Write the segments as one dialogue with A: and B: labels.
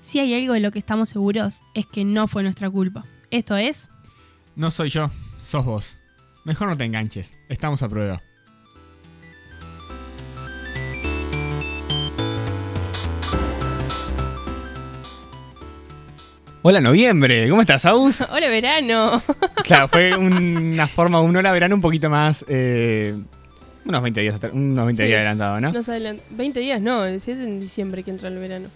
A: Si hay algo de lo que estamos seguros es que no fue nuestra culpa. Esto es,
B: No soy yo, sos vos. Mejor no te enganches, estamos a prueba.
C: Hola, noviembre. ¿Cómo estás, Aus?
A: hola verano.
C: Claro, fue un- una forma, un hora verano un poquito más. eh, unos 20 días, atrás- unos 20
A: Sí.
C: días adelantado, ¿no?
A: Nos adelant- 20 días no, si es en diciembre que entra el verano.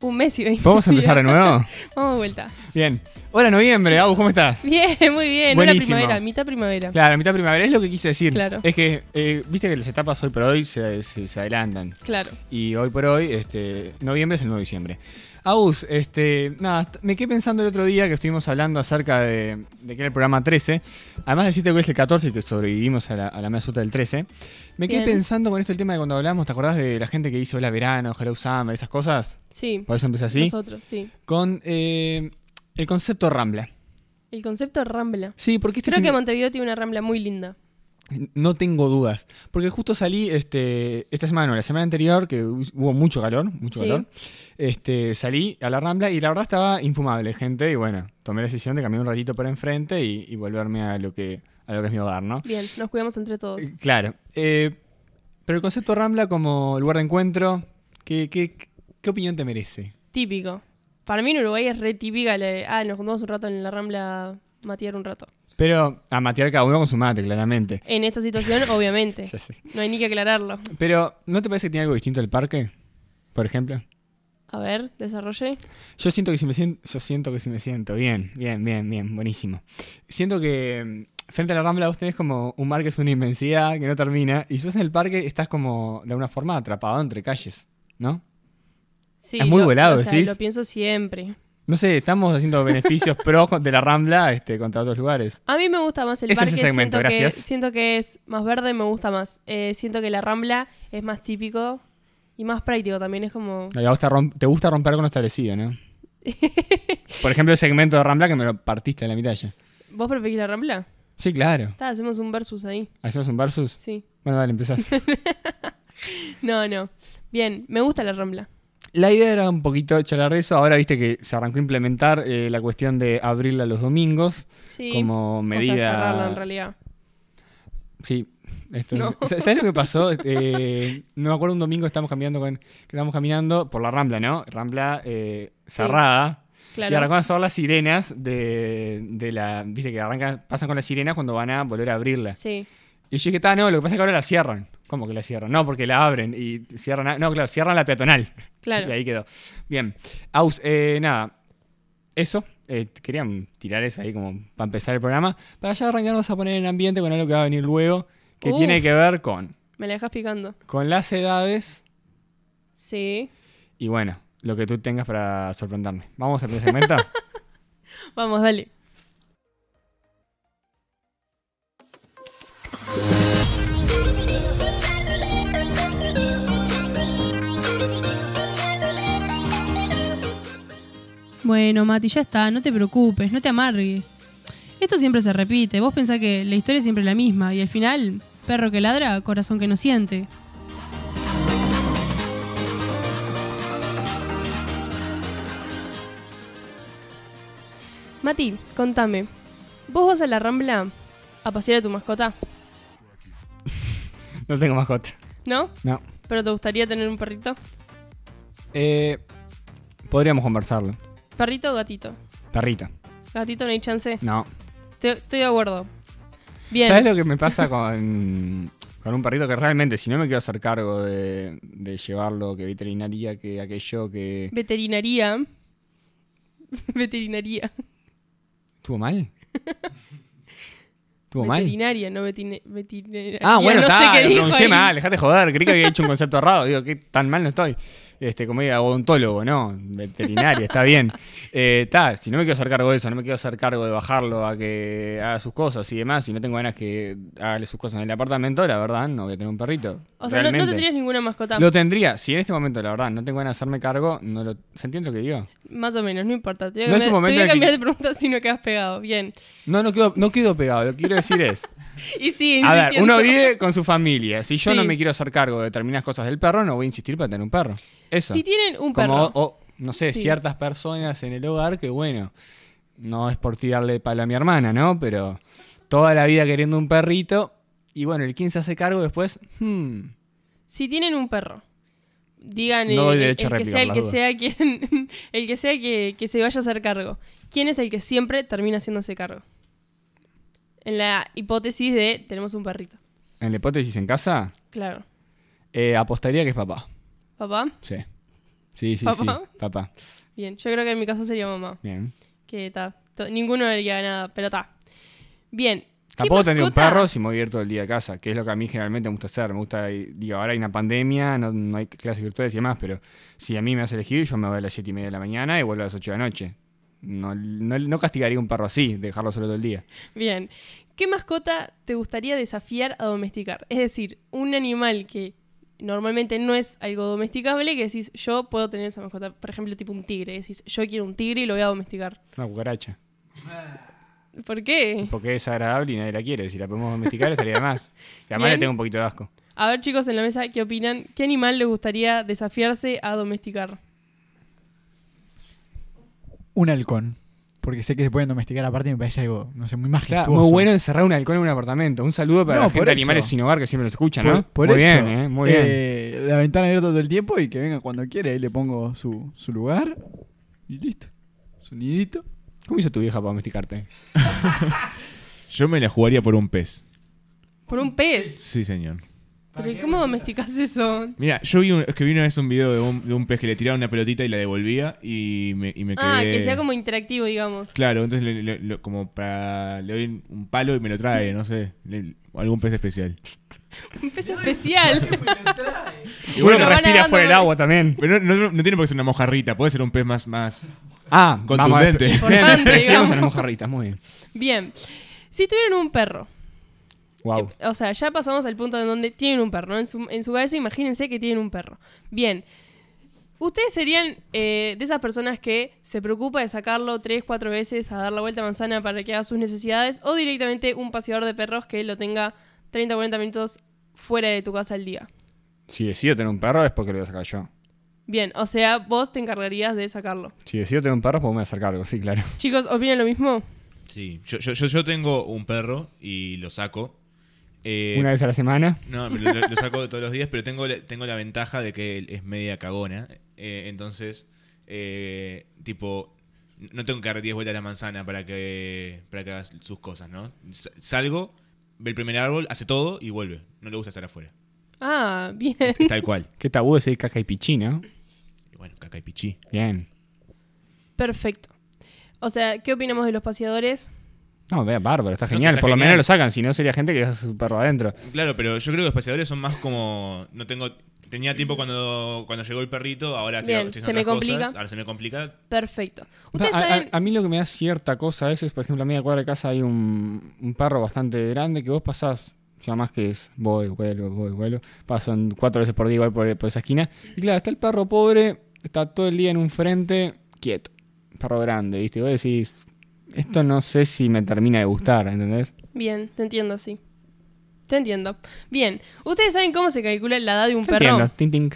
A: Un mes y 20
C: ¿Podemos empezar de
A: días.
C: nuevo?
A: Vamos de vuelta.
C: Bien. Hola, noviembre. Aus, ¿cómo estás?
A: Bien, muy bien. Una
C: Buenísimo.
A: primavera, mitad primavera.
C: Claro, mitad primavera. Es lo que quise decir.
A: Claro.
C: Es que, eh, viste que las etapas hoy por hoy se, se- se adelantan.
A: Claro.
C: Y hoy por hoy, este, noviembre es el 9 de diciembre. Aus, este, nada, t- me quedé pensando el otro día que estuvimos hablando acerca de, de que era el programa 13. Además de decirte que hoy es el 14 y que sobrevivimos a la, a la mea suerte del 13. Me quedé
A: Bien.
C: pensando con esto el tema de cuando hablamos, ¿te acordás de la gente que dice hola verano, hello summer, esas cosas?
A: Sí.
C: Por eso empecé así.
A: Nosotros, sí.
C: Con eh, el concepto Rambla.
A: El concepto rambla.
C: Sí, porque este
A: Creo
C: fin-
A: que Montevideo tiene una rambla muy linda.
C: No tengo dudas. Porque justo salí este, esta semana, no, la semana anterior, que hu- hubo mucho calor, mucho
A: Sí.
C: calor. Este, salí a la Rambla y la verdad estaba infumable, gente. Y bueno, tomé la decisión de cambiar un ratito por enfrente y, y volverme a lo, que, a lo que es mi hogar, ¿no?
A: Bien, nos cuidamos entre todos.
C: Eh, Claro. Eh, pero el concepto Rambla como lugar de encuentro, ¿qué, qué, qué opinión te merece?
A: Típico. Para mí en Uruguay es re típica. la de, ah, nos juntamos un rato en la rambla a matear un rato.
C: Pero a matear cada uno con su mate, claramente.
A: En esta situación, obviamente.
C: Ya sé.
A: No hay ni que aclararlo.
C: Pero, ¿no te parece que tiene algo distinto el parque? Por ejemplo.
A: A ver, desarrolle.
C: Yo siento que si me siento, yo siento que si me siento bien, bien, bien, bien, buenísimo. Siento que mm, frente a la Rambla vos tenés como un mar que es una inmensidad que no termina y si estás en el parque estás como de alguna forma atrapado entre calles, ¿no?
A: Sí,
C: Es muy
A: lo-
C: volado,
A: o sea,
C: decís.
A: Lo pienso siempre.
C: No sé, estamos haciendo beneficios pro de la Rambla este, contra otros lugares.
A: A mí me gusta más el
C: Ese es
A: parque.
C: el segmento,
A: siento, que,
C: gracias.
A: siento que es más verde, me gusta más. Eh, siento que la rambla es más típico y más práctico también. Es como.
C: A vos te, rom- te gusta romper con lo establecido, ¿no? Por ejemplo, el segmento de Rambla que me lo partiste a la mitad ya.
A: ¿Vos preferís la rambla?
C: Sí, claro.
A: Ta, hacemos un versus ahí.
C: ¿Hacemos un versus?
A: Sí.
C: Bueno, dale, empezás.
A: No, no. Bien, me gusta la rambla.
C: La idea era un poquito charlar de eso. Ahora viste que se arrancó a implementar eh, la cuestión de abrirla los domingos
A: Sí.
C: como medida.
A: O sea, cerrarla en realidad.
C: Sí. Esto,
A: No.
C: Sa- ¿Sabes lo que pasó? Eh, no me acuerdo un domingo estábamos caminando con, que estábamos caminando por la Rambla, ¿no? Rambla eh, cerrada. Y
A: Claro.
C: arrancaron a sonar las sirenas de, de la. Viste que arrancan, pasan con las sirenas cuando van a volver a abrirlas.
A: Sí.
C: Y yo dije, está, no, lo que pasa es que ahora la cierran. ¿Cómo que la cierran? No, porque la abren y cierran. a- no, claro, cierran la peatonal.
A: Claro.
C: Y ahí quedó. Bien. Aus, eh, nada. Eso. eh, querían tirar eso ahí como para empezar el programa. Para ya arrancarnos a poner en ambiente con algo que va a venir luego. Que
A: Uf.
C: tiene que ver con,
A: Me la dejas picando.
C: con las edades.
A: Sí.
C: Y bueno, lo que tú tengas para sorprenderme. Vamos al primer segmento.
A: Vamos, dale. Bueno, Mati, ya está, no te preocupes, no te amargues. Esto siempre se repite, vos pensás que la historia es siempre la misma y al final, perro que ladra, corazón que no siente. Mati, contame, ¿vos vas a la Rambla a pasear a tu mascota?
C: no tengo mascota.
A: ¿No?
C: No.
A: ¿Pero te gustaría tener un perrito?
C: Eh, podríamos conversarlo.
A: ¿Perrito o gatito?
C: Perrito.
A: Gatito no hay chance.
C: No.
A: Te- estoy de acuerdo. Bien.
C: ¿Sabes lo que me pasa con, con un perrito que realmente, si no me quiero hacer cargo de, de llevarlo, que veterinaria, que aquello, que...
A: Veterinaría. Veterinaría.
C: ¿Tuvo mal? ¿Tuvo mal?
A: Veterinaria, no vetine- veterinaria.
C: Ah, bueno,
A: no
C: está,
A: sé qué
C: lo
A: dijo
C: pronuncié
A: ahí.
C: mal, dejate joder, creí que había hecho un concepto errado, digo, que tan mal no estoy. Este, como diga, odontólogo, no, veterinaria, está bien. Eh, Está, si no me quiero hacer cargo de eso, no me quiero hacer cargo de bajarlo a que haga sus cosas y demás, si no tengo ganas que haga sus cosas en el apartamento, la verdad, no voy a tener un perrito.
A: O sea, no, no
C: realmente.
A: tendrías ninguna mascota.
C: Lo tendría, si en este momento, la verdad, no tengo ganas de hacerme cargo, no lo... ¿se entiende lo que digo?
A: Más o menos, no importa. Te voy a
C: No es
A: cambiar,
C: un momento
A: te voy a
C: en el que-
A: cambiar de pregunta si no quedas pegado. Bien.
C: No, no quedo, no quedo pegado, lo que quiero decir es...
A: Y sí,
C: A ver, uno vive con su familia. Si yo no
A: Sí.
C: me quiero hacer cargo de determinadas cosas del perro, no voy a insistir para tener un perro. Eso.
A: Si tienen un
C: Como
A: perro.
C: o- no sé,
D: Sí.
C: ciertas personas en el hogar que, bueno, no es por tirarle palo a mi hermana, ¿no? Pero toda la vida queriendo un perrito y, bueno, el quien se hace cargo después, hmm,
A: Si tienen un perro, digan
C: No
A: eh,
C: doy
A: el,
C: derecho a
A: el que sea el que
C: réplica,
A: sea quien el que sea que, que se vaya a hacer cargo. ¿Quién es el que siempre termina haciéndose cargo? En la hipótesis de tenemos un perrito.
C: en la hipótesis en casa,
A: Claro.
C: eh, apostaría que es papá.
A: ¿Papá?
C: Sí. Sí, sí,
A: ¿Papá?
C: sí. Papá.
A: Bien. Yo creo que en mi caso sería mamá.
C: Bien.
A: Que ta, to- ninguno haría nada, pero ta. Bien. ¿Qué
C: Tampoco tendría un
A: mascota?
C: perro si me voy a ir todo el día a casa, que es lo que a mí generalmente me gusta hacer. Me gusta, ir- digo, ahora hay una pandemia, no, no hay clases virtuales y demás, pero si a mí me hace elegir, yo me voy a las 7 y media de la mañana y vuelvo a las 8 de la noche. No, no, no castigaría a un perro así, dejarlo solo todo el día.
A: Bien. ¿Qué mascota te gustaría desafiar a domesticar? Es decir, un animal que normalmente no es algo domesticable, que decís, yo puedo tener esa mascota. Por ejemplo, tipo un tigre. Decís, yo quiero un tigre y lo voy a domesticar.
C: Una cucaracha.
A: ¿Por qué?
C: Porque es agradable y nadie la quiere. Si la podemos domesticar, estaría de más. Y además
A: Bien.
C: le tengo un poquito de asco.
A: A ver, chicos en la mesa, ¿qué opinan? ¿Qué animal les gustaría desafiarse a domesticar?
E: Un halcón. Porque sé que se pueden domesticar, aparte me parece algo, no sé, muy
C: Está
E: majestuoso.
C: muy bueno encerrar un halcón en un apartamento. Un saludo para
E: No,
C: la gente
E: por
C: de
E: eso.
C: animales sin hogar que siempre nos escuchan,
E: Por,
C: ¿no?
E: por
C: muy
E: eso,
C: bien, ¿eh? Muy bien.
E: eh, la ventana abierta todo el tiempo y que venga cuando quiera. Ahí le pongo su, su lugar y listo. Su nidito.
C: ¿Cómo hizo tu vieja para domesticarte?
F: Yo me la jugaría por un pez.
A: Por un pez.
F: Sí, señor.
A: ¿Pero cómo domesticás eso?
F: Mira, yo vi, un- es que vi una vez un video de un, de un pez que le tiraba una pelotita y la devolvía y me, y me quedé...
A: Ah, que sea como interactivo, digamos.
F: Claro, entonces le, le- le- como para, le doy un palo y me lo trae, no sé, le- algún pez especial.
A: Un pez especial.
C: Y bueno,
A: Bueno,
C: que
A: van
C: respira
A: nadando
C: fuera del
A: por-
C: agua también.
F: Pero no, no- no tiene por qué ser una mojarrita, puede ser un pez más... más
C: Ah,
F: Contundente.
C: vamos a-
A: Importante,
C: Bien, Empecemos eh, en las
A: digamos.
C: mojarritas, muy bien.
A: Bien. Si tuvieran un perro,
C: Wow.
A: O sea, ya pasamos al punto en donde tienen un perro. ¿no? En su, en su cabeza imagínense que tienen un perro. Bien. Ustedes serían eh, de esas personas que se preocupa de sacarlo tres, cuatro veces a dar la vuelta a manzana para que haga sus necesidades o directamente un paseador de perros que lo tenga 30, 40 minutos fuera de tu casa al día.
C: Si decido tener un perro es porque lo voy a sacar yo.
A: Bien, o sea, vos te encargarías de sacarlo.
C: Si decido tener un perro, pues me voy a hacer cargo, sí, claro.
A: Chicos, ¿opinan lo mismo?
F: Sí, yo, yo, yo, yo tengo un perro y lo saco. Eh,
C: Una vez a la semana.
F: No, pero lo, lo saco todos los días, pero tengo, la- tengo la ventaja de que él es media cagona. eh, entonces, eh, tipo, no tengo que dar 10 vueltas a la manzana para que, para que haga sus cosas, ¿no? Sa- Salgo, ve el primer árbol, hace todo y vuelve. No le gusta estar afuera.
A: Ah, bien.
F: Es Tal cual.
C: Qué tabú decir caca y pichí, ¿no?
F: Y bueno, caca y pichí.
C: Bien.
A: Perfecto. O sea, ¿qué opinamos de los paseadores?
C: No, vea, bárbaro, está genial.
F: está
C: Por lo
F: genial.
C: menos lo sacan, si no sería gente que deja su perro adentro.
F: Claro, pero yo creo que los paseadores son más como. No tengo. Tenía tiempo cuando, cuando llegó el perrito, ahora estoy-
A: Bien,
F: estoy
A: se
F: haciendo
A: me
F: otras
A: complica.
F: cosas, ahora se me complica.
A: Perfecto.
C: O sea,
A: Ustedes
C: a, a-
A: saben...
C: a mí lo que me da cierta cosa a veces, por ejemplo, a media cuadra de casa hay un, un perro bastante grande que vos pasás, ya más que es voy, vuelo, voy, vuelo, pasan cuatro veces por día igual por, por esa esquina. Y claro, está el perro pobre, está todo el día en un frente, quieto. Perro grande, ¿viste? Y vos decís, esto no sé si me termina de gustar, ¿entendés?
A: Bien, te entiendo, sí. Te entiendo. Bien, ¿ustedes saben cómo se calcula la edad de un
C: Te
A: perro?
C: entiendo, tin, tin.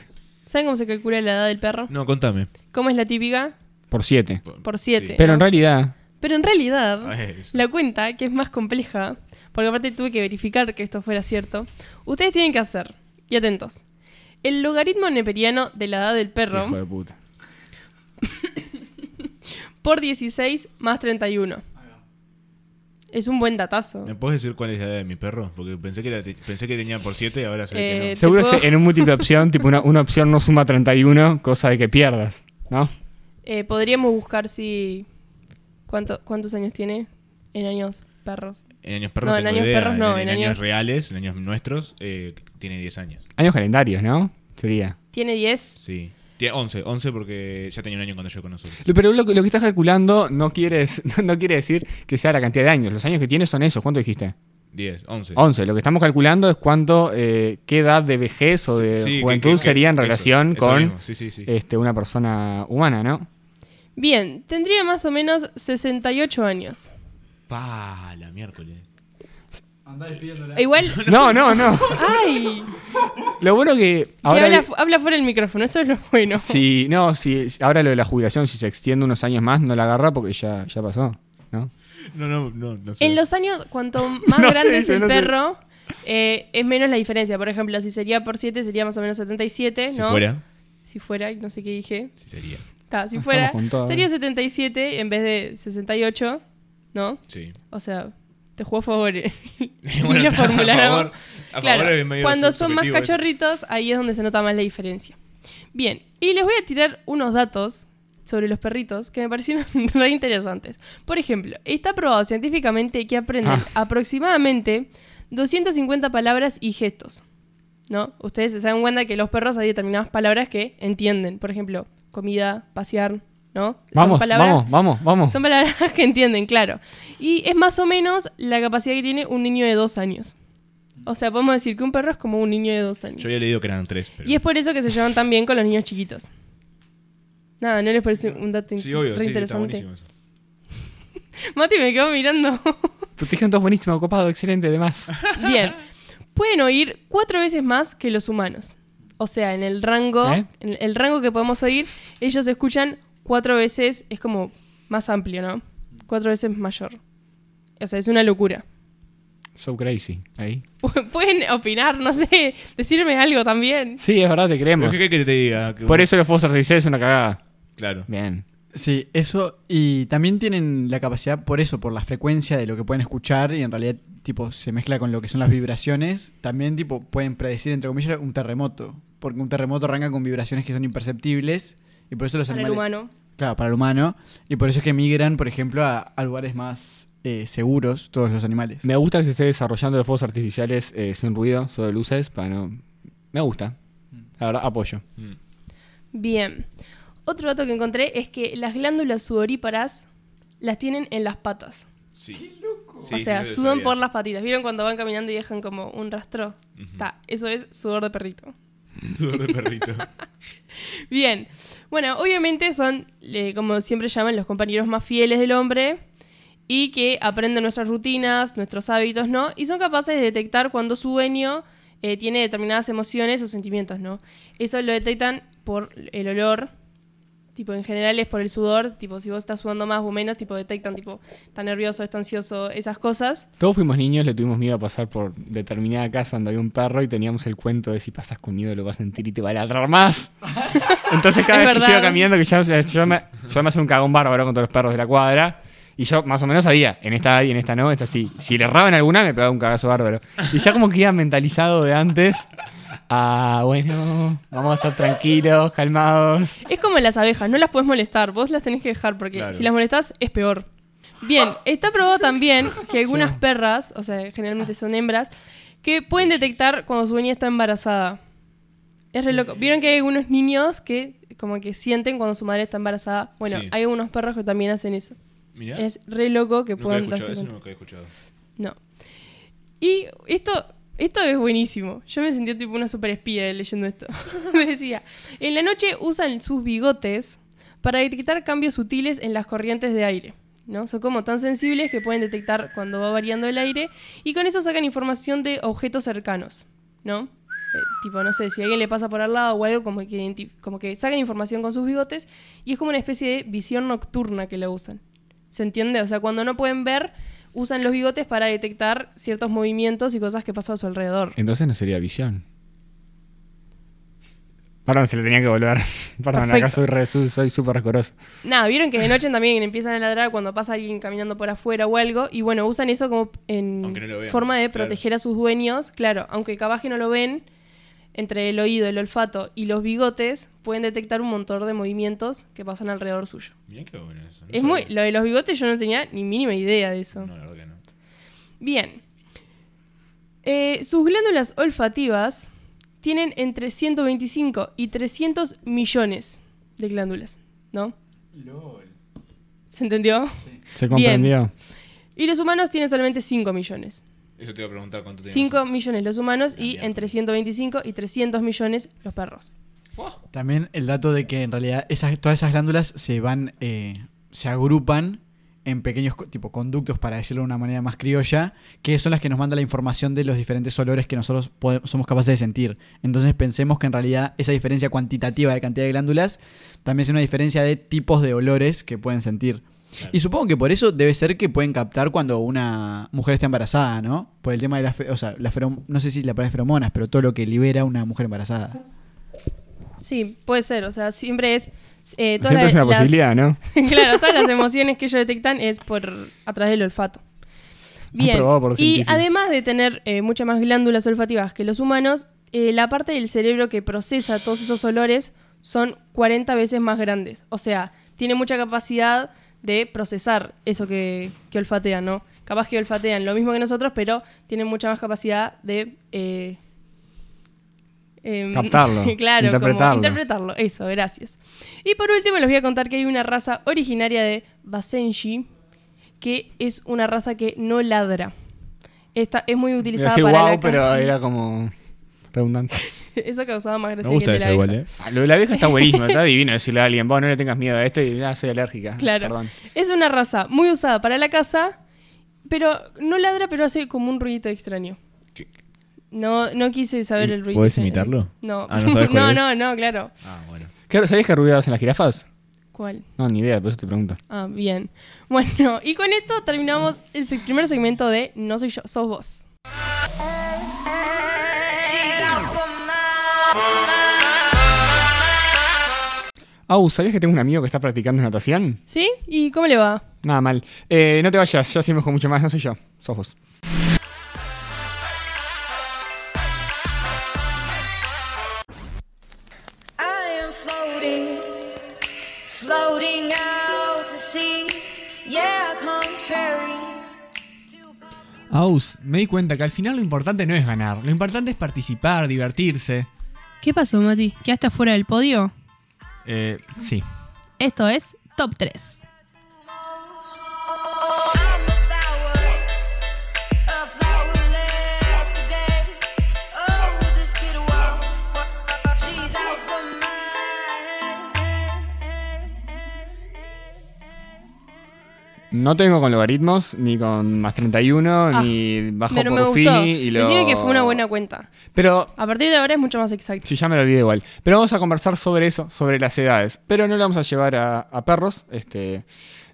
A: ¿Saben cómo se calcula la edad del perro?
F: No, contame.
A: ¿Cómo es la típica?
C: Por siete.
A: Por siete.
C: Pero en realidad,
A: Pero en realidad,
F: Ay, eso.
A: la cuenta, que es más compleja, porque aparte tuve que verificar que esto fuera cierto, ustedes tienen que hacer, y atentos, el logaritmo neperiano de la edad del perro
C: hijo de puta.
A: por 16 más 31. Es un buen datazo.
F: ¿Me puedes decir cuál es la edad de mi perro? Porque pensé que, era- pensé que tenía por 7, ahora sé que no.
A: Eh,
C: Seguro
A: tipo-
C: se- en un múltiple opción, tipo una, una opción no suma 31, cosa de que pierdas, ¿no?
A: Eh, podríamos buscar si. ¿cuánto- ¿Cuántos años tiene? En años perros.
F: En años perros
A: No,
F: no,
A: en años perros no, en
F: en, años,
A: años-
F: reales, en años nuestros, eh, tiene 10 años.
C: Años calendarios, ¿no? Sería.
A: Tiene 10.
F: Sí. Tiene 11, 11 porque ya tenía un año cuando yo conocí.
C: Lo- Pero lo, que- lo que estás calculando no, quieres, no quiere decir que sea la cantidad de años. Los años que tienes son esos. ¿Cuánto dijiste?
F: 10, 11.
C: 11. Lo que estamos calculando es cuánto, eh, qué edad de vejez o de
F: Sí, sí, que-
C: juventud
F: que- que-
C: sería en
F: eso,
C: relación
F: eso
C: con
F: mismo, Sí, sí, sí.
C: este, una persona humana, ¿no?
A: Bien, tendría más o menos 68 años.
F: Pa, la miércoles.
A: Igual.
C: No, no, no.
A: ¡Ay!
C: Lo bueno que
A: Que
C: ahora
A: habla,
C: vi-
A: fu- habla fuera del micrófono, eso es lo bueno.
C: si no, si si- ahora lo de la jubilación si se extiende unos años más no la agarra porque ya ya pasó, ¿no?
F: No, no, no, no sé.
A: En los años, cuanto más
C: No sé,
A: grande es
C: dice,
A: el
C: no sé.
A: perro, eh, es menos la diferencia. Por ejemplo, si sería por 7, sería más o menos 77,
F: si
A: ¿no?
F: fuera,
A: Si fuera, y no sé qué dije.
F: sí sería.
A: Ta, si
C: Estamos ¿eh?
A: fuera,
C: con todo.
A: sería 77 en vez de 68, ¿no?
F: Sí.
A: O sea, te juego a favor. eh. y
F: Bueno,
A: lo
F: está, a
A: formularon.
F: favor- a
A: Claro,
F: favor es medio
A: cuando son más
F: subjetivo eso.
A: cachorritos, ahí es donde se nota más la diferencia. Bien, y les voy a tirar unos datos sobre los perritos que me parecieron re interesantes. Por ejemplo, está probado científicamente que aprenden
F: Ah.
A: aproximadamente 250 palabras y gestos. ¿No? Ustedes se dan cuenta que los perros hay determinadas palabras que entienden. Por ejemplo, comida, pasear, ¿no? Son
C: Vamos,
A: palabras-
C: vamos, vamos, vamos.
A: son palabras que entienden, claro. Y es más o menos la capacidad que tiene un niño de dos años. O sea, podemos decir que un perro es como un niño de dos años.
F: Yo había leído que eran tres, pero.
A: Y es por eso que se llevan tan bien con los niños chiquitos. Nada, ¿no les parece un dato
F: sí,
A: re
F: obvio, sí, está
A: interesante?
F: buenísimo eso.
A: Mati me quedó mirando.
C: Protegen dos buenísimo, copado, excelente además.
A: bien. Pueden oír cuatro veces más que los humanos. O sea, en el rango,
C: ¿Eh?
A: en el rango que podemos oír, ellos escuchan cuatro veces, es como más amplio, ¿no? Cuatro veces mayor. O sea, es una locura.
C: So crazy, ahí.
A: Pu- Pueden opinar, no sé, decirme algo también.
C: Sí, es verdad, te
F: Pero
C: creemos.
F: ¿Qué querés que te diga? Que
C: Por
F: un-
C: eso los fuegos artificiales es una cagada.
F: Claro.
C: Bien.
E: Sí, eso. Y también tienen la capacidad, por eso, por la frecuencia de lo que pueden escuchar y en realidad, tipo, se mezcla con lo que son las vibraciones. También, tipo, pueden predecir, entre comillas, un terremoto. Porque un terremoto arranca con vibraciones que son imperceptibles. Y por eso los
A: Para el
E: animales.
A: humano.
E: Claro, para el humano. Y por eso es que migran, por ejemplo, a, a lugares más eh, seguros todos los animales.
C: Me gusta que se esté desarrollando los fuegos artificiales eh, sin ruido, solo de luces, para no... Me gusta. La verdad, apoyo.
F: Mm.
A: Bien. Otro dato que encontré es que las glándulas sudoríparas las tienen en las patas.
F: Sí. Qué loco.
A: o sea, sudan por las patitas. ¿Vieron cuando van caminando y dejan como un rastro? Ta, eso es sudor de perrito.
F: Sudor de perrito.
A: Bien. Bueno, obviamente son, eh, como siempre llaman, los compañeros más fieles del hombre y que aprenden nuestras rutinas, nuestros hábitos, ¿no? Y son capaces de detectar cuando su dueño eh, tiene determinadas emociones o sentimientos, ¿no? Eso lo detectan por el olor, tipo en general es por el sudor, tipo si vos estás sudando más o menos, tipo detectan, tipo, está nervioso, está ansioso, esas cosas.
C: Todos fuimos niños, le tuvimos miedo a pasar por determinada casa donde había un perro y teníamos el cuento de si pasas con miedo lo vas a sentir y te va a ladrar más. Entonces cada
A: Es
C: vez que
A: verdad.
C: yo iba caminando, que ya- ya- yo, me, yo me hacía un cagón bárbaro con todos los perros de la cuadra. Y yo más o menos sabía, en esta hay, en esta no, esta sí. Si le erraba en alguna, me pegaba un cagazo bárbaro. Y ya como que iba mentalizado de antes. Ah, bueno, vamos a estar tranquilos, calmados.
A: Es como las abejas, no las puedes molestar, vos las tenés que dejar porque
F: Claro.
A: si las molestás es peor. Bien, está probado también que algunas perras, o sea, generalmente son hembras, que pueden detectar cuando su dueña está embarazada. Es re loco. ¿Vieron que hay algunos niños que como que sienten cuando su madre está embarazada? Bueno,
F: Sí.
A: hay algunos perros que también hacen eso.
F: Mirá.
A: Es re loco que
F: nunca he
A: puedan
F: escuchado
A: darse
F: eso,
A: cuenta.
F: nunca he escuchado.
A: No. Y esto, esto es buenísimo. Yo me sentía tipo una super espía leyendo esto. Decía, en la noche usan sus bigotes para detectar cambios sutiles en las corrientes de aire. ¿no? Son como tan sensibles que pueden detectar cuando va variando el aire y con eso sacan información de objetos cercanos. ¿no? Eh, tipo, no sé, si alguien le pasa por al lado o algo, como que, identi- como que sacan información con sus bigotes y es como una especie de visión nocturna que la usan. ¿Se entiende? O sea, cuando no pueden ver, usan los bigotes para detectar ciertos movimientos y cosas que pasan a su alrededor.
C: Entonces no sería visión. Perdón, se le tenía que volver. Perdón, acá
A: Perfecto.
C: soy re- soy soy súper recoroso.
A: Nada, vieron que de noche también empiezan a ladrar cuando pasa alguien caminando por afuera o algo. Y bueno, usan eso como en
F: Aunque no lo vean,
A: forma de
F: claro.
A: proteger a sus dueños. Claro, aunque capaz que no lo ven, entre el oído, el olfato y los bigotes pueden detectar un montón de movimientos que pasan alrededor suyo.
F: Mirá qué bueno eso. no
A: es
F: sabía.
A: muy. Lo de los bigotes yo no tenía ni mínima idea de eso.
F: No, la verdad que no.
A: Bien. Eh, sus glándulas olfativas tienen entre 125 y 300 millones de glándulas, ¿no? ¿Se entendió?
C: Se
A: comprendió. Y los humanos tienen solamente 5 millones.
F: Eso te iba a preguntar cuánto tenías.
A: 5 millones los humanos y
F: mierda.
A: entre 125 y 300 millones los perros.
E: También el dato de que en realidad esas, todas esas glándulas se van, eh, se agrupan en pequeños co- tipo conductos, para decirlo de una manera más criolla, que son las que nos manda la información de los diferentes olores que nosotros pode- somos capaces de sentir. Entonces pensemos que en realidad esa diferencia cuantitativa de cantidad de glándulas también es una diferencia de tipos de olores que pueden sentir. Y supongo que por eso debe ser que pueden captar cuando una mujer está embarazada, ¿no? Por el tema de las, fe- o sea, las ferom- no sé si la palabra es feromonas, pero todo lo que libera una mujer embarazada.
A: Sí, puede ser. O sea, siempre es. eh, todas
C: Siempre es una
A: las-
C: posibilidad, ¿no?
A: claro, todas las emociones que ellos detectan es por a través del olfato. Bien.
C: probado por
A: y
C: científicos.
A: además de tener eh, muchas más glándulas olfativas que los humanos, eh, la parte del cerebro que procesa todos esos olores son 40 veces más grandes. O sea, tiene mucha capacidad de procesar eso que, que olfatean, ¿no? Capaz que olfatean lo mismo que nosotros, pero tienen mucha más capacidad de... eh, em,
C: Captarlo,
A: claro,
C: interpretarlo.
A: Como interpretarlo. Eso, gracias. Y por último les voy a contar que hay una raza originaria de Basenji, que es una raza que no ladra. Esta es muy
C: Iba a
A: utilizada
C: decir
A: para la
C: wow, pero
A: caza.
C: era como redundante.
A: Eso causaba más
F: Me
A: gracia que el
F: gusta
A: de
F: eso
A: la
F: igual,
A: abeja.
F: ¿eh?
C: Ah, Lo de la vieja está buenísimo, está divino decirle a alguien, vos no le tengas miedo a esto y nada, soy alérgica.
A: Claro.
C: Perdón.
A: Es una raza muy usada para la caza, pero no ladra, pero hace como un ruidito extraño.
F: ¿Qué?
A: No, no quise saber el ruido.
F: ¿Podés
A: extraño.
F: imitarlo?
A: No.
F: Ah, ¿no sabés cuál
A: no,
F: es?
A: no, no, claro.
F: Ah, bueno.
C: Claro, ¿Sabías qué ruido hacen las jirafas?
A: ¿Cuál?
C: No, ni idea, por eso te pregunto.
A: Ah, bien. Bueno, y con esto terminamos el se- primer segmento de No soy yo, sos vos.
C: Au, ¿sabías que tengo un amigo que está practicando natación?
A: ¿Sí? ¿Y cómo le va?
C: Nada mal. Eh, no te vayas, ya seguimos con mucho más, no soy yo, sos vos.
G: I am floating, floating out to sea. Yeah, contrary.
B: Aus, me di cuenta que al final lo importante no es ganar, lo importante es participar, divertirse.
D: ¿Qué pasó, Mati? ¿Quedaste fuera del podio?
B: Eh, sí.
D: Esto es Top 3.
G: I'm a flower, a flowerlet today. Oh, with this bitter wall, she's out for mine.
C: No tengo con logaritmos, ni con más 31,
A: Ah,
C: ni bajo
A: Pero me
C: por
A: gustó.
C: Fini y lo...
A: Decime que fue una buena cuenta.
C: Pero,
A: A partir de ahora es mucho más exacto.
C: si ya me lo olvidé igual. Pero vamos a conversar sobre eso, sobre las edades. Pero no lo vamos a llevar a, a perros, este,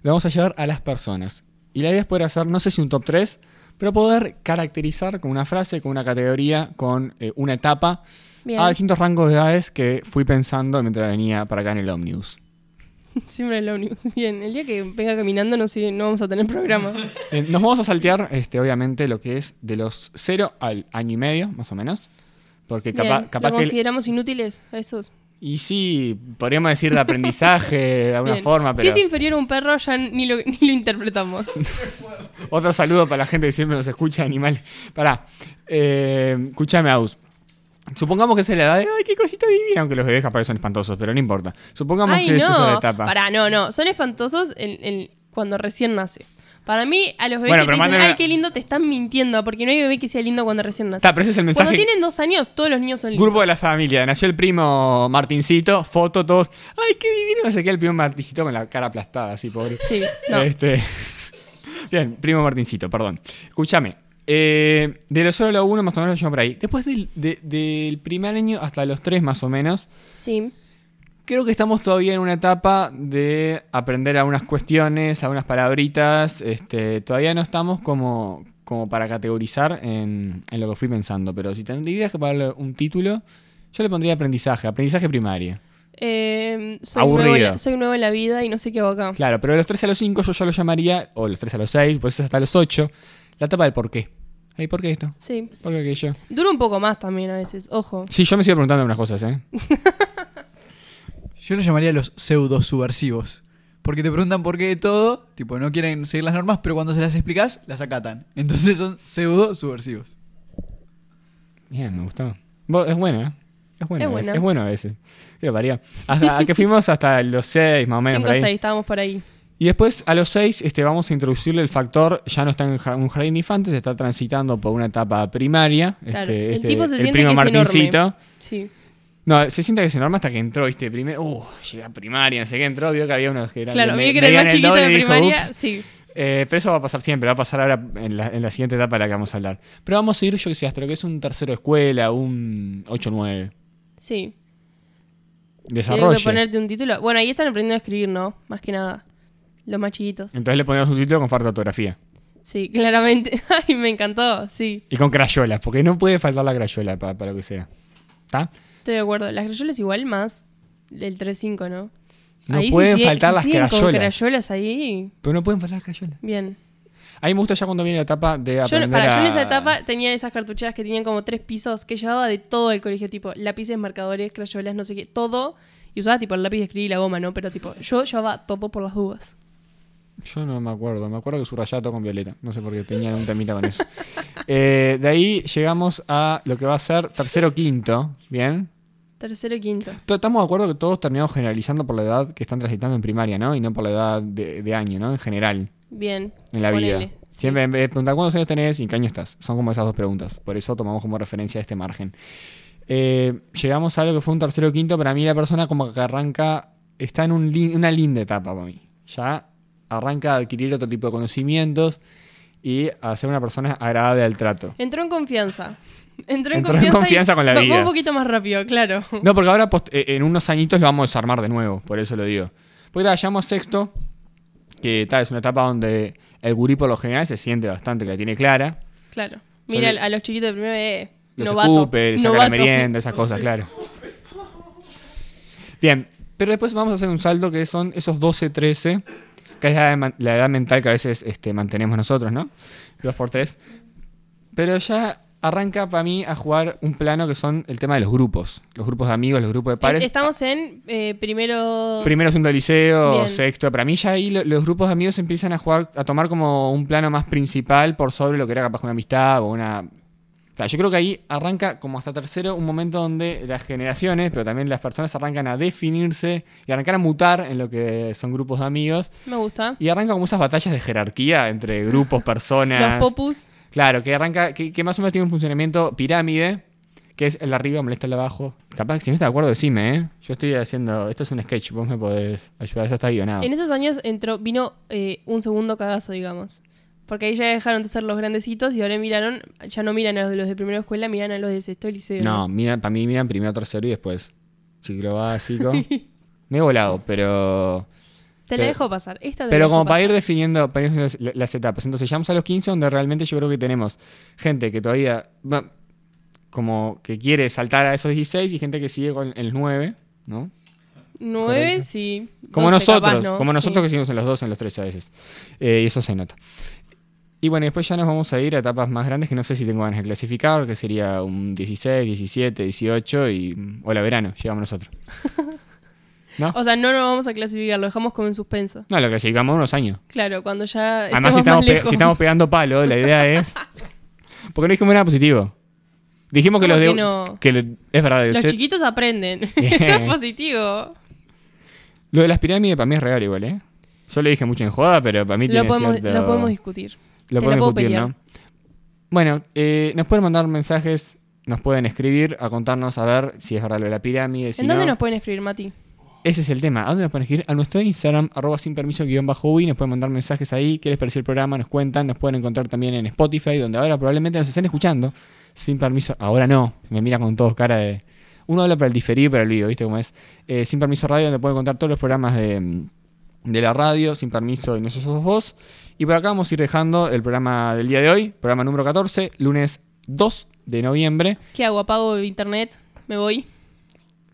C: lo vamos a llevar a las personas. Y la idea es poder hacer, no sé si un top 3, pero poder caracterizar con una frase, con una categoría, con eh, una etapa,
A: Bien.
C: a distintos rangos de edades que fui pensando mientras venía para acá en el Omnibus.
A: Siempre el ómnibus. Bien, el día que venga caminando no, sé, no vamos a tener programa.
C: Eh, Nos vamos a saltear, este, obviamente, lo que es de los 0 al año y medio, más o menos. Porque capa-
A: Bien,
C: capaz
A: ¿Lo
C: que.
A: consideramos inútiles a esos?
C: Y sí, podríamos decir de aprendizaje de alguna
A: Bien.
C: forma, pero.
A: Si es inferior a un perro, ya ni lo, ni lo interpretamos.
C: Otro saludo para la gente que siempre nos escucha, animal. Pará, eh, escúchame, Aus. Supongamos que esa es la edad de. ¡Ay, qué cosita divina! Aunque los bebés capaz son espantosos, pero no importa. Supongamos
A: Ay,
C: que esa es la
A: no.
C: etapa.
A: Pará, no, no. Son espantosos en- en- cuando recién nace. Para mí, a los bebés
C: Bueno,
A: que te
C: pero
A: dicen,
C: manden a-
A: ay, qué lindo, te están mintiendo, porque no hay bebé que sea lindo cuando recién nace.
C: Está, pero ese es el mensaje.
A: Cuando tienen dos años, todos los niños son lindos.
C: Grupo de la familia, nació el primo Martincito, foto, todos. ¡Ay, qué divino! Se queda el primo Martincito con la cara aplastada, así, pobre.
A: Sí, no.
C: Este, Bien, primo Martincito, perdón. Escúchame. eh, de los 0 a los 1, más o menos, yo por ahí. Después del, de- del primer año hasta los 3, más o menos,
A: Sí.
C: creo que estamos todavía en una etapa de aprender algunas cuestiones, algunas palabritas. Este, todavía no estamos como, como para categorizar en, en lo que fui pensando. Pero si tendrías que ponerle un título, yo le pondría aprendizaje, aprendizaje primario.
A: Eh, soy,
C: Aburrido.
A: nuevo en la, soy nuevo en la vida y no sé qué hago acá.
C: Claro, pero de los 3 a los 5 yo ya lo llamaría, o de los 3 a los 6, pues es hasta los 8, la etapa del por qué. Ay, ¿Por qué esto?
A: Sí.
C: ¿Por qué aquello?
A: Dura un poco más también a veces, ojo.
C: Sí, yo me sigo preguntando algunas cosas, ¿eh?
E: Yo los llamaría los pseudo subversivos. Porque te preguntan por qué de todo, tipo, no quieren seguir las normas, pero cuando se las explicas, las acatan. Entonces son pseudo subversivos.
C: Bien, me gustó. Vos- Es buena, ¿eh? Es buena,
A: Es
C: a veces,
A: buena.
C: es bueno a veces. Qué parió. Hasta, ¿A qué fuimos? Hasta los 6, más o menos.
A: 5
C: por
A: o
C: ahí.
A: 6, estábamos por ahí.
C: Y después, a los 6, este, vamos a introducirle el factor, ya no está en ja- un jardín de infantes, está transitando por una etapa primaria.
A: Claro.
C: este,
A: el
C: este,
A: tipo se
C: el
A: siente
C: primo
A: que es
C: Martincito.
A: enorme. Sí.
C: No, se siente que se norma hasta que entró, este primero. Uh, llegué a primaria, no sé qué entró, vio que había unos que eran.
A: Claro,
C: me-
A: vi que era el
C: medían
A: más
C: el
A: chiquito
C: doble
A: de
C: y dijo,
A: primaria.
C: "Ups".
A: Sí.
C: Eh, pero eso va a pasar siempre, va a pasar ahora en la, en la siguiente etapa de la que vamos a hablar. Pero vamos a ir, yo que sé, hasta lo que es un tercero de escuela, un 8-9.
A: Sí. Tengo que
C: Desarrollo.
A: ponerte un título. Bueno, ahí están aprendiendo a escribir, ¿no? Más que nada. Los más chiquitos.
C: Entonces le ponemos un título con falta de ortografía.
A: Sí, claramente. Ay, me encantó. Sí,
C: Y con crayolas, porque no puede faltar la crayola pa- para lo que sea. ¿Está?
A: estoy de acuerdo. Las crayolas igual más del 3-5, ¿no?
C: No
A: ahí
C: pueden
A: sí,
C: faltar las
A: Con
C: crayolas.
A: crayolas ahí,
C: Pero no pueden faltar las crayolas.
A: bien.
C: A mí me gusta ya cuando viene la etapa de
A: Yo,
C: aprender
A: no- para, yo en
C: a-
A: esa etapa tenía esas cartucheras que tenían como tres pisos que llevaba de todo el colegio, tipo lápices, marcadores, crayolas, no sé qué, todo. Y usaba tipo el lápiz de escribir y la goma, ¿no? Pero tipo, yo llevaba todo por las dudas.
C: Yo no me acuerdo, me acuerdo que subrayaba todo con violeta. No sé por qué tenían un temita con eso. Eh, de ahí llegamos a lo que va a ser tercero quinto, ¿bien?
A: Tercero y quinto.
C: To- Estamos de acuerdo que todos terminamos generalizando por la edad que están transitando en primaria, ¿no? Y no por la edad de, de año, ¿no? En general,
A: Bien.
C: en la
A: Ponele,
C: vida.
A: sí.
C: Siempre en vez de preguntar cuántos años tenés y en qué año estás. Son como esas dos preguntas. Por eso tomamos como referencia este margen. Eh, llegamos a lo que fue un tercero quinto. Para mí la persona como que arranca, está en un lin- una linda etapa para mí. Ya arranca a adquirir otro tipo de conocimientos y a ser una persona agradable al trato.
A: Entró en confianza. Entró
C: Entró
A: en
C: en
A: confianza. y
C: confianza con la
A: va- va
C: vida.
A: un poquito más rápido, claro.
C: No, porque ahora post- eh, en unos añitos lo vamos a desarmar de nuevo, por eso lo digo. Porque ta, llegamos a sexto, que tal, es una etapa donde el gurí por lo general se siente bastante que la tiene clara.
A: Claro.
C: Yo
A: Mira,
C: le-
A: a los chiquitos de primero eh,
C: Los
A: novato,
C: escupe, le saca la
A: novato. Eh,
C: merienda, esas cosas, claro. Bien, pero después vamos a hacer un salto que son esos 12, 13, que es la edad, man- la edad mental que a veces este, mantenemos nosotros, ¿no? 2 por 3. Pero ya arranca para mí a jugar un plano que son el tema de los grupos. Los grupos de amigos, los grupos de pares.
A: Estamos en eh, primero.
C: Primero, segundo de liceo,
A: Bien.
C: sexto. Para mí ya ahí lo- los grupos de amigos empiezan a jugar, a tomar como un plano más principal por sobre lo que era capaz una amistad o una... O sea, yo creo que ahí arranca como hasta tercero un momento donde las generaciones, pero también las personas arrancan a definirse y arrancar a mutar en lo que son grupos de amigos.
A: Me gusta.
C: Y arranca como esas batallas de jerarquía entre grupos, personas.
A: Los popus.
C: Claro, que arranca, que, que más o menos tiene un funcionamiento pirámide, que es el de arriba molesta el de abajo. Capaz que si no estás de acuerdo, decime, ¿eh? Yo estoy haciendo, esto es un sketch, vos me podés ayudar, eso está guionado.
A: En esos años entró, vino eh, un segundo cagazo, digamos. Porque ahí ya dejaron de ser los grandecitos y ahora miraron, ya no miran a los de los de primera escuela, miran a los de sexto liceo.
C: No, mira, para mí miran primero, tercero y después. Ciclo básico. me he volado, pero...
A: Te la
C: Pero-
A: dejo pasar. Esta te la
C: Pero
A: dejo
C: como para ir
A: pasar.
C: definiendo, para ir definiendo las, las etapas. Entonces llegamos a los 15 donde realmente yo creo que tenemos gente que todavía va- como que quiere saltar a esos 16 y gente que sigue con el 9, ¿no?
A: Nueve,
C: Correcto.
A: sí.
C: Como
A: Doce,
C: nosotros,
A: capaz, ¿no?
C: como nosotros que
A: Sí.
C: seguimos en los dos, en los tres a veces. Eh, y eso se nota. Y bueno, después ya nos vamos a ir a etapas más grandes que no sé si tengo ganas de clasificar, que sería un 16, 17, 18 y mm, hola verano, llegamos nosotros. ¿No?
A: O sea, no nos vamos a clasificar, lo dejamos como en suspenso.
C: No, lo clasificamos unos años.
A: Claro, cuando ya.
C: Además, si
A: estemos
C: estamos,
A: más
C: pe-
A: lejos.
C: si estamos pegando palo, la idea es... Porque no dijimos nada positivo. Dijimos que
A: ¿Cómo
C: los de...
A: que no?
C: que lo- es verdad, el
A: Los
C: set-
A: chiquitos aprenden.
C: Bien.
A: Eso es positivo.
C: lo de las pirámides para mí es real igual, ¿eh? Yo le dije mucho en joda, pero para mí
A: Lo
C: tiene
A: podemos,
C: cierto-
A: lo podemos discutir.
C: Lo
A: Te
C: pueden
A: la puedo
C: discutir,
A: pelear.
C: ¿no? Bueno, eh, nos pueden mandar mensajes, nos pueden escribir, a contarnos a ver si es verdad lo de la pirámide. Si
A: ¿En dónde
C: no.
A: nos pueden escribir, Mati?
C: Ese es el tema. ¿A dónde nos pueden escribir? A nuestro Instagram, arroba sin permiso guión bajo UI. Nos pueden mandar mensajes ahí. ¿Qué les pareció el programa? Nos cuentan. Nos pueden encontrar también en Spotify, donde ahora probablemente nos estén escuchando. Sin permiso. Ahora no. Me mira con todos cara de. Uno habla para el diferido y para el vivo, ¿viste cómo es? Eh, sin permiso radio, donde pueden contar todos los programas de, mm, de la radio. Sin permiso de nosotros sos vos. Y por acá vamos a ir dejando el programa del día de hoy. Programa número 14, lunes 2 de noviembre.
A: ¿Qué hago? ¿Apago internet? ¿Me voy?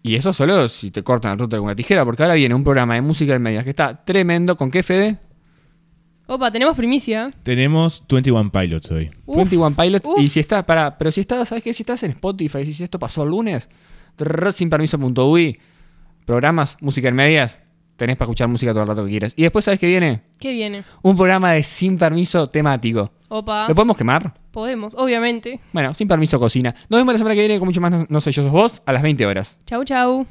C: Y eso solo si te cortan el router con una tijera, porque ahora viene un programa de música en medias que está tremendo. ¿Con qué, Fede?
A: Opa, tenemos primicia.
F: Tenemos 21 Pilots hoy.
A: Uf,
C: 21 Pilot.
A: uf.
C: Y si estás, para, pero si estás, ¿sabes qué? Si estás en Spotify, si esto pasó el lunes, trrr, sin permiso.ui, programas, música en medias, tenés para escuchar música todo el rato que quieras. Y después, ¿sabes qué viene?
A: ¿Qué viene?
C: Un programa de sin permiso temático.
A: Opa,
C: ¿Lo podemos quemar?
A: podemos, obviamente.
C: Bueno, sin permiso cocina. Nos vemos la semana que viene con mucho más, no, no sé yo, sos vos, a las 20 horas.
A: Chau, chau.